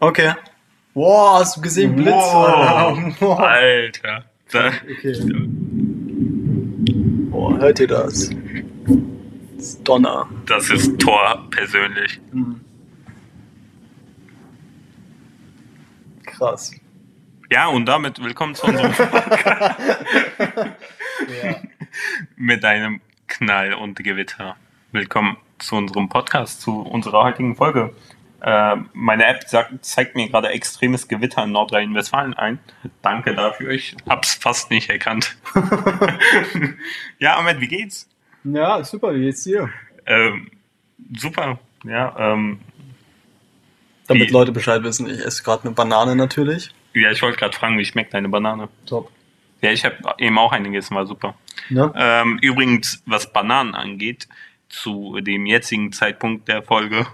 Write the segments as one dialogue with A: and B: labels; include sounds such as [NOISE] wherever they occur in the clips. A: Okay. Wow, hast du gesehen? Blitzalarm. [LAUGHS]
B: Wow,
A: Wow.
B: Alter. Da,
A: Okay. Boah, hört ihr das? Das ist Donner.
B: das ist Tor persönlich.
A: Hm. Krass.
B: Ja, und damit willkommen zu unserem
A: [LAUGHS] Ja.
B: mit einem Knall und Gewitter. Willkommen zu unserem Podcast, zu unserer heutigen Folge. Äh, meine App sagt, zeigt mir gerade extremes Gewitter in Nordrhein-Westfalen ein. Danke dafür, ich hab's fast nicht erkannt.
A: [LAUGHS]
B: ja, Ahmed, wie geht's?
A: ja, super, wie geht's dir?
B: Ähm, super, ja. Ähm,
A: Damit
B: Wie-
A: Leute Bescheid wissen, ich esse gerade eine Banane natürlich.
B: ja, ich wollte gerade fragen, wie schmeckt deine Banane?
A: Top.
B: Ja, ich habe eben auch eine gegessen, war super.
A: Ne?
B: Ähm, übrigens, was Bananen angeht, zu dem jetzigen Zeitpunkt der Folge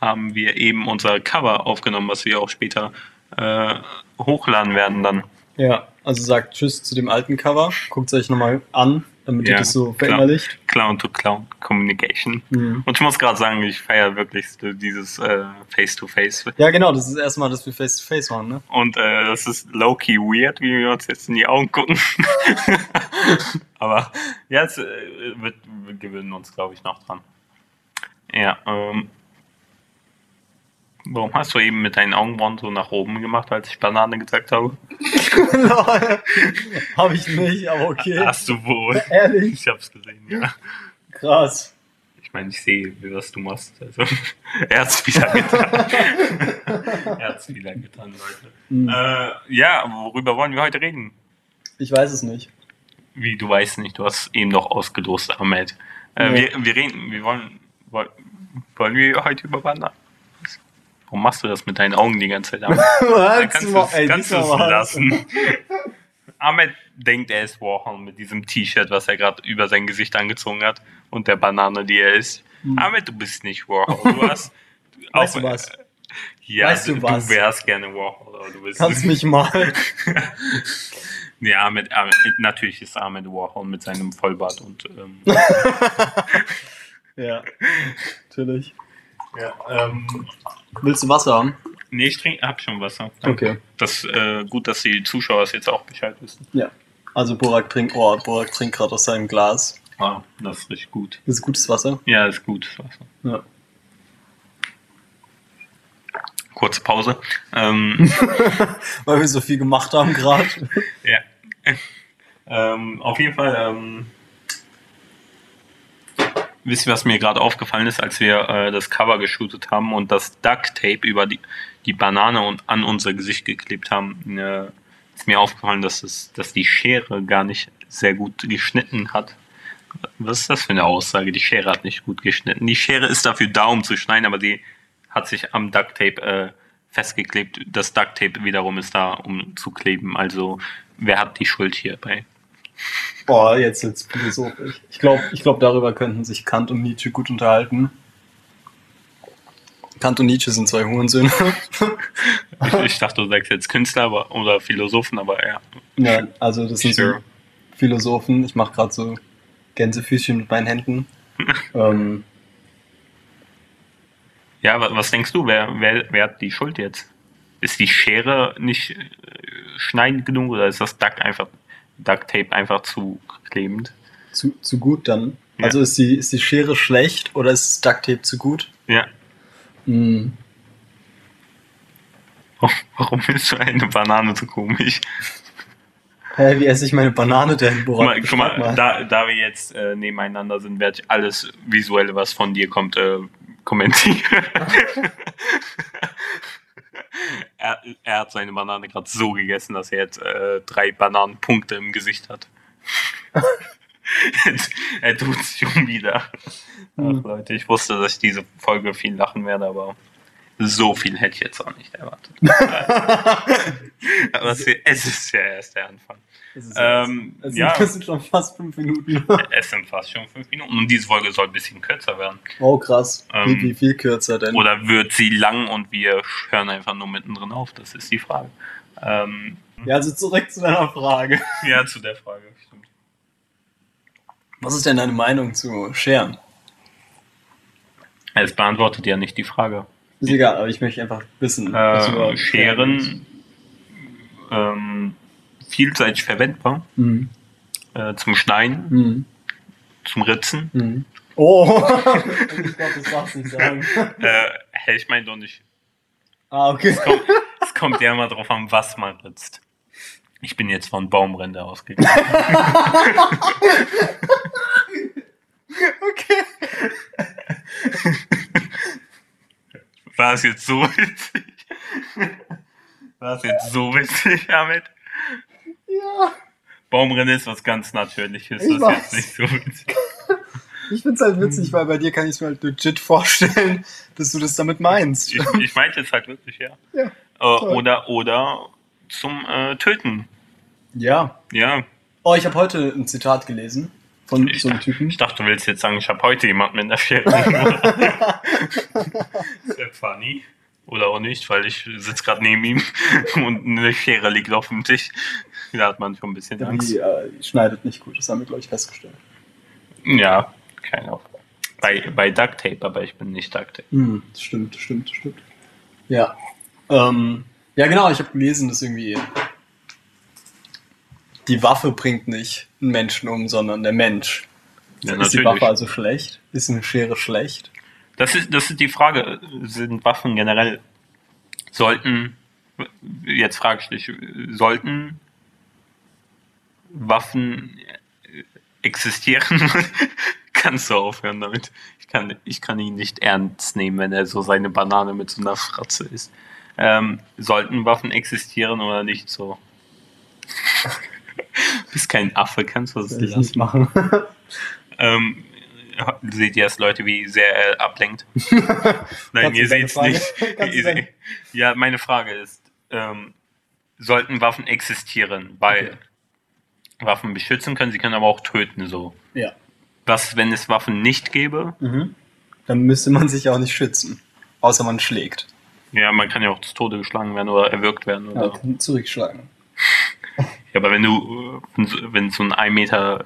B: haben wir eben unser Cover aufgenommen, was wir auch später äh, hochladen werden dann.
A: Ja, also sagt Tschüss zu dem alten Cover, guckt es euch nochmal an, damit ihr
B: Ja,
A: das so
B: klar.
A: verinnerlicht.
B: Clown to Clown Communication.
A: Mhm.
B: Und ich muss gerade sagen, ich feiere wirklich so dieses äh, Face-to-Face.
A: Ja, genau, das ist erstmal, dass wir Face-to-Face waren, ne? [LAUGHS]
B: Und äh, das ist low-key weird, wie wir uns jetzt in die Augen gucken. Aber jetzt äh, wird, wir gewöhnen uns, glaube ich, noch dran. Ja, ähm. Warum hast du eben mit deinen Augenbrauen so nach oben gemacht, als ich Banane gesagt habe?
A: Lol. Hab ich nicht, aber okay.
B: Hast du wohl.
A: Ehrlich,
B: Ich hab's gesehen, ja.
A: krass.
B: Ich meine, ich sehe, was du machst. Also, [LAUGHS] er hat's wieder getan. er hat's wieder getan, Leute.
A: Hm.
B: Äh, ja, worüber wollen wir heute reden?
A: Ich weiß es nicht. [LAUGHS]
B: Wie du weißt nicht, du hast eben doch ausgelost, Ahmed. Äh,
A: Nee.
B: wir, wir reden, wir wollen, woll- wollen wir heute über Wandern? Warum machst du das mit deinen Augen die ganze
A: [LAUGHS]
B: Zeit? Ahmed? Da
A: Was?
B: kannst du es
A: Ey,
B: kannst du
A: diesmal
B: es
A: war-
B: lassen. Ahmed denkt, er ist Warhol mit diesem T-Shirt, was er gerade über sein Gesicht angezogen hat und der Banane, die er ist.
A: Hm.
B: Ahmed, du bist nicht Warhol. Du hast,
A: [LAUGHS] Weißt du was?
B: Ja,
A: Weißt du
B: du,
A: was?
B: wärst gerne Warhol, aber du bist [LAUGHS]
A: Kannst mich mal.
B: Nee, Ahmed, Ahmed, natürlich ist Ahmed Warhol mit seinem Vollbart und ähm,
A: [LAUGHS] Ja, natürlich.
B: Ja, ähm,
A: Willst du Wasser haben?
B: nee, ich trinke, hab schon Wasser.
A: Okay.
B: Das, äh, gut, dass die Zuschauer es jetzt auch Bescheid wissen.
A: Also Borak trinkt, oh, Borak trinkt gerade aus seinem Glas.
B: Ah, das ist richtig gut.
A: Das ist gutes Wasser.
B: Ja, ist gut. Wasser.
A: Ja.
B: Kurze Pause. [LAUGHS] Ähm,
A: Weil wir so viel gemacht haben gerade.
B: ja. Ähm, auf jeden Fall, ähm, wisst ihr, was mir gerade aufgefallen ist, als wir äh, das Cover geshootet haben und das Duct Tape über die, die Banane und an unser Gesicht geklebt haben, äh, ist mir aufgefallen, dass, es, dass die Schere gar nicht sehr gut geschnitten hat. Was ist das für eine Aussage? Die Schere hat nicht gut geschnitten. Die Schere ist dafür da, um zu schneiden, aber die hat sich am Duct Tape äh, festgeklebt. Das Duct Tape wiederum ist da, um zu kleben. Also, wer hat die Schuld hierbei?
A: [LAUGHS] Boah, jetzt jetzt philosophisch. Ich glaube, ich glaub, darüber könnten sich Kant und Nietzsche gut unterhalten. Kant und Nietzsche sind zwei Hurensöhne.
B: Ich, ich dachte, du sagst jetzt Künstler aber, oder Philosophen, aber ja.
A: [LAUGHS] ja, also das sind
B: Sure.
A: so Philosophen. Ich mache gerade so Gänsefüßchen mit meinen [LAUGHS] Händen. ähm,
B: Ja, was, was denkst du? Wer, wer, wer hat die Schuld jetzt? Ist die Schere nicht äh, schneidend genug oder ist das Duct, einfach, Duct Tape einfach zu klebend?
A: zu, zu gut dann.
B: Ja.
A: Also ist die, ist die Schere schlecht oder ist das Duct Tape zu gut?
B: Ja. [LAUGHS]
A: Hm.
B: Warum ist so eine Banane so komisch?
A: Hä, wie esse ich meine Banane denn,
B: Guck
A: Borat?
B: mal, guck
A: Beschreib
B: mal da, da wir jetzt äh, nebeneinander sind, werde ich alles Visuelle, was von dir kommt, äh, kommentieren. [LAUGHS] er, er hat seine Banane gerade so gegessen, dass er jetzt äh, drei Bananenpunkte im Gesicht hat. [LAUGHS] er tut es schon wieder. Ach,
A: Hm.
B: Leute, ich wusste, dass ich diese Folge viel lachen werde, aber so viel hätte ich jetzt auch nicht [LAUGHS] erwartet. aber es es ist ja erst der Anfang.
A: Das ist
B: Ähm,
A: jetzt- es
B: ja.
A: [LAUGHS] sind- es sind schon fast fünf Minuten. [LAUGHS]
B: Es sind fast schon fünf Minuten und diese Folge soll ein bisschen kürzer werden.
A: Oh krass,
B: Ähm,
A: wie, wie viel kürzer denn?
B: Oder wird sie lang und wir hören einfach nur mittendrin auf? Das ist die Frage. Ähm,
A: Ja, also zurück zu deiner Frage.
B: ja, zu der Frage. Stimmt.
A: Was ist denn deine Meinung zu Scheren?
B: Es beantwortet ja nicht die Frage.
A: Ist egal, aber ich möchte einfach wissen, was
B: äh,
A: über
B: Scheren ähm, vielseitig verwendbar.
A: Mhm.
B: Äh, zum Schneiden,
A: Mhm.
B: zum Ritzen.
A: Mhm. Oh, [LAUGHS] ich glaube, das darfst du nicht
B: [LAUGHS]
A: sagen.
B: Äh, hä, ich meine doch nicht.
A: Ah, okay.
B: Es kommt ja immer drauf an, was man ritzt. Ich bin jetzt von Baumrinde ausgegangen.
A: [LAUGHS] okay.
B: War es jetzt so witzig? War es jetzt so witzig, Ahmed?
A: Ja.
B: Baumrinde ist was ganz Natürliches.
A: Ich weiß.
B: Das ist jetzt nicht so witzig.
A: Ich find's halt witzig, weil bei dir kann ich es mir halt legit vorstellen, dass du das damit meinst.
B: Ich, ich meinte es halt wirklich, ja.
A: Ja,
B: äh, oder, oder zum äh, Töten.
A: Ja.
B: Ja,
A: Oh, ich habe heute ein Zitat gelesen von so einem Typen.
B: ich dachte, du willst jetzt sagen, ich habe heute jemanden in der Schere. Sehr
A: [LAUGHS]
B: funny. Oder auch nicht, weil ich sitze gerade neben ihm [LAUGHS] und eine Schere liegt auf dem Tisch. Da hat man schon ein bisschen Angst.
A: Die äh, schneidet nicht gut, das haben wir, glaube ich, festgestellt.
B: Ja, keine Ahnung. Bei, bei Duct Tape, aber ich bin nicht Duct Tape.
A: Hm, das stimmt, das stimmt, das stimmt. Ja. Ähm, ja, genau, ich habe gelesen, dass irgendwie die Waffe bringt nicht einen Menschen um, sondern der Mensch.
B: Ja,
A: ist die
B: natürlich.
A: Waffe also schlecht? Ist eine Schere schlecht?
B: Das ist, das ist die Frage. Sind Waffen generell, sollten, jetzt frage ich dich, sollten Waffen existieren? [LAUGHS] Kannst du aufhören damit? Ich kann, ich kann ihn nicht ernst nehmen, wenn er so seine Banane mit so einer Fratze ist. Ähm, sollten Waffen existieren oder nicht so? [LAUGHS] Du bist kein Affe, kannst du das
A: Will ich
B: lassen?
A: nicht machen.
B: Ähm, seht ihr das, Leute, wie sehr
A: [LAUGHS]
B: er ablenkt? Nein,
A: Kannst
B: ihr
A: du deine
B: seht es
A: Frage-
B: nicht.
A: [LAUGHS] kannst du
B: Ihr
A: deine-
B: se- ja, meine Frage ist, ähm, sollten Waffen existieren? Weil Waffen beschützen können, sie können aber auch töten so.
A: [LAUGHS] ja.
B: Was, wenn es Waffen nicht gäbe?
A: Mhm. Dann müsste man sich auch nicht schützen. Außer man schlägt.
B: Ja, man kann ja auch zu Tode geschlagen werden oder erwürgt werden.
A: Ja,
B: Oder, ja.
A: kann zurückschlagen.
B: aber wenn du, äh, wenn so- wenn so ein 1,20 Meter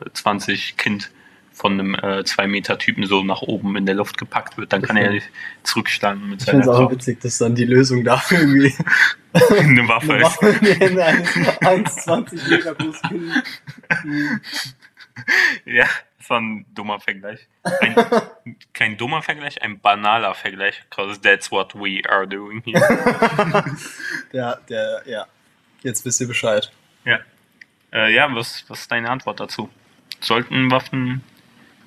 B: Kind von einem äh, 2 Meter Typen so nach oben in der Luft gepackt wird, dann kann er ja nicht zurückschlagen mit
A: Ich finde
B: seiner
A: es auch
B: Kraft.
A: witzig, dass dann die Lösung dafür [LAUGHS] irgendwie
B: [LAUGHS] Eine
A: [LAUGHS]
B: Waffe
A: eine
B: ist.
A: Waffe in die Hände eines 1,20 Meter großen Kindes. Mhm.
B: Ja, das war ein dummer Vergleich. Ein,
A: [LAUGHS]
B: kein dummer Vergleich, ein banaler Vergleich, because that's what we are doing
A: [LAUGHS]
B: here.
A: Der, der, ja. Jetzt wisst ihr Bescheid.
B: ja, äh, ja was, was ist deine Antwort dazu? Sollten Waffen,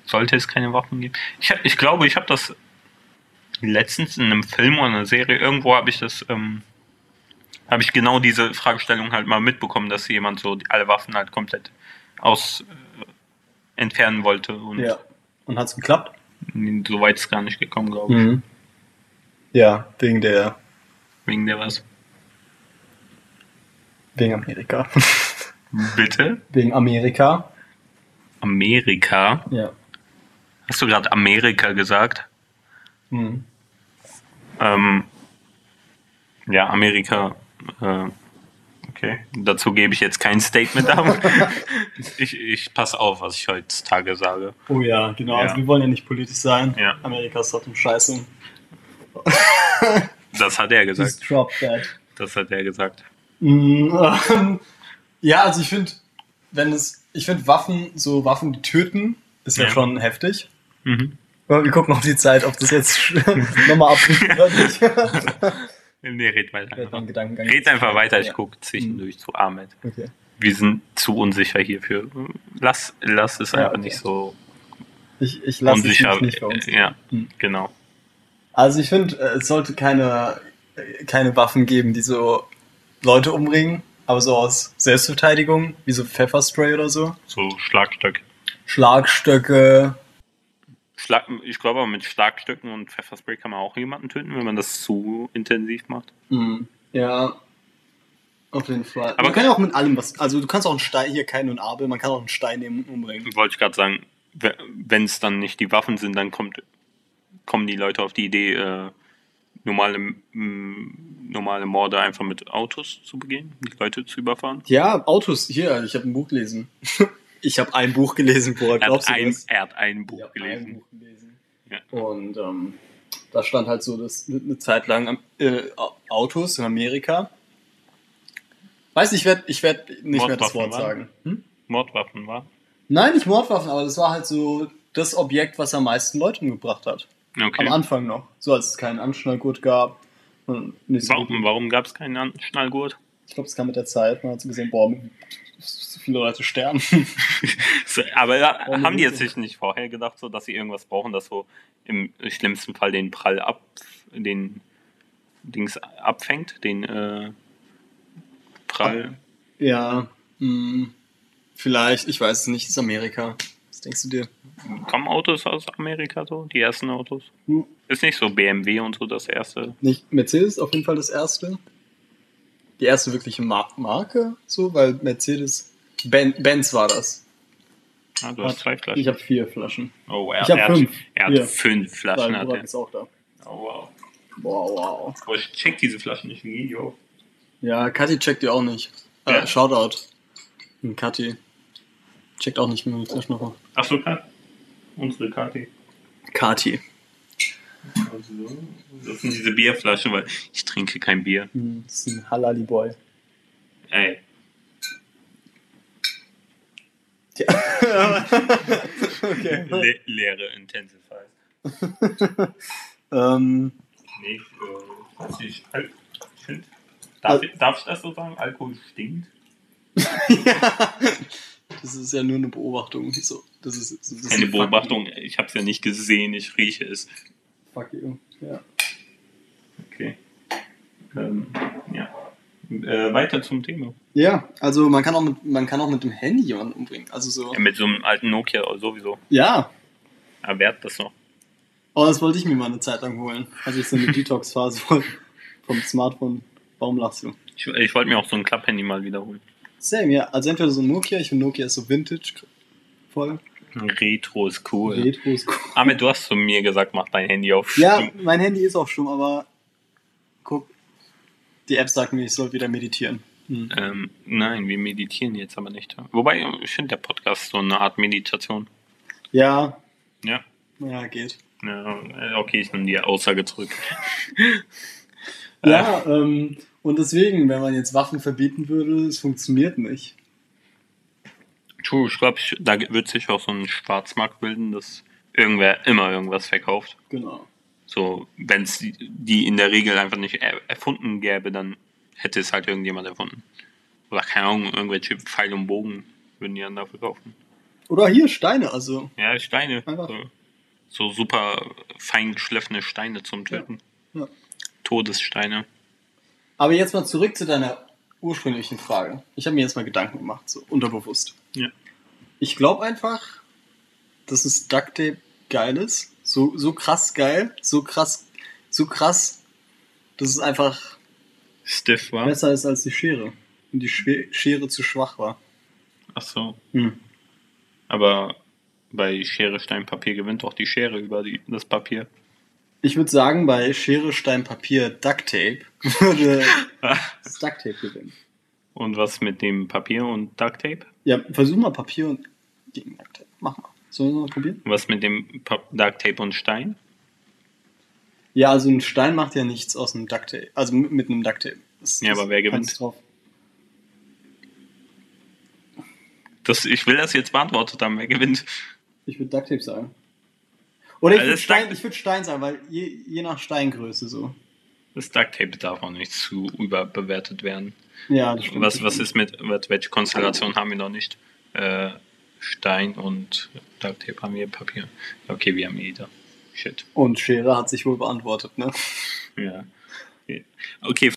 B: sollte es keine Waffen geben? Ich, hab- ich glaube, ich habe das letztens in einem Film oder einer Serie, irgendwo habe ich das, ähm, habe ich genau diese Fragestellung halt mal mitbekommen, dass jemand so alle Waffen halt komplett aus äh, entfernen wollte und
A: Ja. Und hat's geklappt?
B: so weit ist gar nicht gekommen, glaube ich.
A: Mhm. Ja, wegen der,
B: Wegen der was?
A: wegen Amerika.
B: Bitte?
A: [LAUGHS] wegen Amerika.
B: Amerika?
A: Ja.
B: Hast du gerade Amerika gesagt?
A: Mhm.
B: Ähm, ja, Amerika. Äh, okay. Dazu gebe ich jetzt kein
A: [LAUGHS]
B: Statement ab. ich ich passe auf, was ich heutzutage sage.
A: Oh ja, genau.
B: Ja.
A: Also wir wollen ja nicht politisch sein.
B: Ja.
A: Amerika ist trotzdem scheiße.
B: Das hat er
A: Just
B: gesagt.
A: drop that.
B: Das hat er gesagt.
A: Mm, ähm, [LAUGHS] ja, also ich finde, wenn es, ich finde Waffen, so Waffen, die töten, ist ja,
B: Ja.
A: schon heftig.
B: Mhm.
A: Aber wir gucken auf die Zeit, ob das jetzt [LAUGHS] nochmal
B: [LAUGHS]
A: abbricht oder nicht.
B: Nee, red
A: Red
B: weiter.
A: meinen Gedankengang.
B: Red einfach weiter, ich
A: Ja. Mhm.
B: gucke zwischendurch zu Ahmed.
A: Okay.
B: Wir sind zu unsicher hierfür. Lass, lass es
A: Ja,
B: einfach
A: okay.
B: nicht so
A: Ich, ich lasse es
B: unsicher.
A: nicht, nicht bei uns.
B: Ja,
A: Mhm.
B: genau.
A: Also ich finde, es sollte keine, äh, keine Waffen geben, die so Leute umbringen, aber so aus Selbstverteidigung, wie so Pfefferspray oder so.
B: So Schlagstöcke.
A: Schlagstöcke,
B: Schlag, ich glaube, aber mit Schlagstöcken und Pfefferspray kann man auch jemanden töten, wenn man das zu intensiv macht.
A: Mhm. Ja. Auf jeden Fall.
B: Aber-
A: man kann ja auch mit allem was. Also du kannst auch einen Stein hier keinen und Abel, man kann auch einen Stein nehmen und umbringen.
B: Wollte ich gerade sagen, we- wenn es dann nicht die Waffen sind, dann kommt, kommen die Leute auf die Idee, äh, normale, mm, normale Morde einfach mit Autos zu begehen, die Leute zu überfahren.
A: Ja, Autos, hier, ich habe ein Buch gelesen. [LAUGHS] ich habe ein Buch gelesen, woher
B: Er hat,
A: glaubst du
B: ein,
A: das?
B: er hat ein Buch
A: Ich hab
B: gelesen.
A: Ein Buch gelesen.
B: Ja.
A: Und ähm, Da stand halt so das eine Zeit lang am- äh, Autos in Amerika. Weiß nicht, ich werde ich werd nicht mehr das
B: Mordwaffen
A: Wort
B: waren.
A: sagen. Hm?
B: Mordwaffen war.
A: Nein, nicht Mordwaffen, aber das war halt so das Objekt, was am meisten Leute umgebracht hat. Am
B: Okay.
A: Anfang noch. So als es keinen Anschnallgurt gab. Und nicht so
B: Warum, warum gab es keinen Anschnallgurt?
A: Ich glaube, es kam mit der Zeit. Man hat so gesehen, boah, so viele Leute [LAUGHS] sterben.
B: So, Aber da,
A: Warum
B: haben die
A: nicht?
B: jetzt sich nicht vorher gedacht, so, dass sie irgendwas brauchen, das so im schlimmsten Fall den Prall ab, den Dings abfängt, den äh, Prall.
A: Ja, hm, vielleicht. Ich weiß es nicht. Es ist Amerika. Was denkst du dir?
B: Kommen Autos aus Amerika so, die ersten Autos?
A: Hm.
B: Ist nicht so BMW und so das erste.
A: Nicht Mercedes ist auf jeden Fall das erste. Die erste wirkliche Mar Marke, so, weil Mercedes. Ben Benz war das.
B: Ah, du hast zwei Flaschen.
A: Ich habe vier Flaschen.
B: oh, er,
A: ich hab
B: er,
A: fünf.
B: Hat, er hat
A: Hier.
B: fünf Flaschen.
A: Weil
B: Hat
A: Burak
B: er.
A: ist auch da.
B: Oh, wow.
A: Wow, wow.
B: Boah, ich check diese Flaschen nicht, wie gehen die auf?
A: Ja, Kathi checkt die auch nicht. Äh,
B: Ja.
A: Shoutout. an Kathi. Checkt auch nicht mehr mit Flaschen nochmal.
B: Achso, unsere Karte.
A: Kathi.
B: Also, Das sind diese Bierflaschen, weil ich trinke kein Bier.
A: Hm, Das ist ein Halali-Boy.
B: Ey.
A: okay.
B: [LAUGHS] Le leere Intensifies.
A: ähm,
B: Nee, ich, äh, weiß nicht, Al- ich find, darf, ich- darf ich das so sagen? Alkohol stinkt?
A: ja. Das ist ja nur eine Beobachtung. So, das ist, das ist
B: Eine Beobachtung, ich habe es ja nicht gesehen, ich rieche es.
A: Fuck you. Ja.
B: Okay. Ähm, ja. Äh, weiter zum Thema.
A: ja, also man kann, auch mit, man kann auch mit dem Handy jemanden umbringen. Also so.
B: Ja, mit so einem alten Nokia sowieso.
A: Ja.
B: Aber wer hat das noch?
A: Oh, das wollte ich mir mal eine Zeit lang holen. Also ich so eine Detox-Phase voll vom Smartphone. Warum lachst du?
B: Ich, ich wollte mir auch so ein Klapphandy mal wiederholen.
A: Same, ja. Also entweder so ein Nokia, ich finde Nokia ist so vintage voll.
B: Hm. Retro ist cool.
A: Retro ist cool.
B: Ahmed, du hast zu mir gesagt, mach dein Handy
A: [LAUGHS]
B: auf.
A: Ja,
B: Stumm.
A: mein Handy ist auch stumm, aber guck. Die App sagt mir, ich soll wieder meditieren. Hm.
B: Ähm, nein, wir meditieren jetzt aber nicht. Wobei, ich finde der Podcast so eine Art Meditation.
A: Ja,
B: Ja.
A: ja, geht.
B: ja äh, okay, ich nehme die Aussage zurück.
A: Ja, ähm, und deswegen, wenn man jetzt Waffen verbieten würde, es funktioniert nicht.
B: True, ich glaube, da wird sich auch so ein Schwarzmarkt bilden, dass irgendwer immer irgendwas verkauft.
A: Genau.
B: So, wenn es die, die in der Regel einfach nicht er erfunden gäbe, dann hätte es halt irgendjemand erfunden. Oder keine Ahnung, irgendwelche Pfeil und Bogen würden die dann dafür kaufen.
A: Oder hier Steine, also.
B: Ja, Steine.
A: Einfach.
B: So, so super fein geschliffene Steine zum Töten.
A: Ja, ja.
B: Todessteine.
A: Aber jetzt mal zurück zu deiner ursprünglichen Frage. Ich habe mir jetzt mal Gedanken gemacht, so unterbewusst.
B: Ja.
A: Ich glaube einfach, dass es Duct Tape geil ist. So, so krass geil, so krass, so krass, dass es einfach
B: Stiff war.
A: besser ist als die Schere. Und die Schwe- Schere zu schwach war.
B: Ach so.
A: Hm.
B: Aber bei Schere, Stein, Papier gewinnt doch die Schere über die, das Papier.
A: Ich würde sagen, bei Schere, Stein, Papier, Duct Tape würde das Duct Tape gewinnen.
B: Und was mit dem Papier und Duct Tape?
A: Ja, versuch mal Papier und gegen Duct Tape. Mach mal. Sollen wir mal probieren?
B: Und Was mit dem Pa- Duct Tape und Stein?
A: Ja, also ein Stein macht ja nichts aus einem Duct Tape. Also mit, mit einem Duct Tape. Das-
B: Ja,
A: das-
B: aber wer gewinnt?
A: kannst Drauf.
B: Das, ich will das jetzt beantwortet haben, wer gewinnt.
A: Ich würde Duct Tape sagen. Oder ich
B: Also
A: würde
B: das
A: Stein,
B: Duct-
A: ich würd Stein sagen, weil je, je nach Steingröße so.
B: Das Duct Tape darf auch nicht zu überbewertet werden.
A: Ja, das stimmt.
B: Was, was ist mit, mit welche Konstellation haben wir noch nicht? Äh, Stein und Duct Tape haben wir Papier. Okay, wir haben jeder. Shit.
A: Und Schere hat sich wohl beantwortet, ne?
B: Ja. Okay,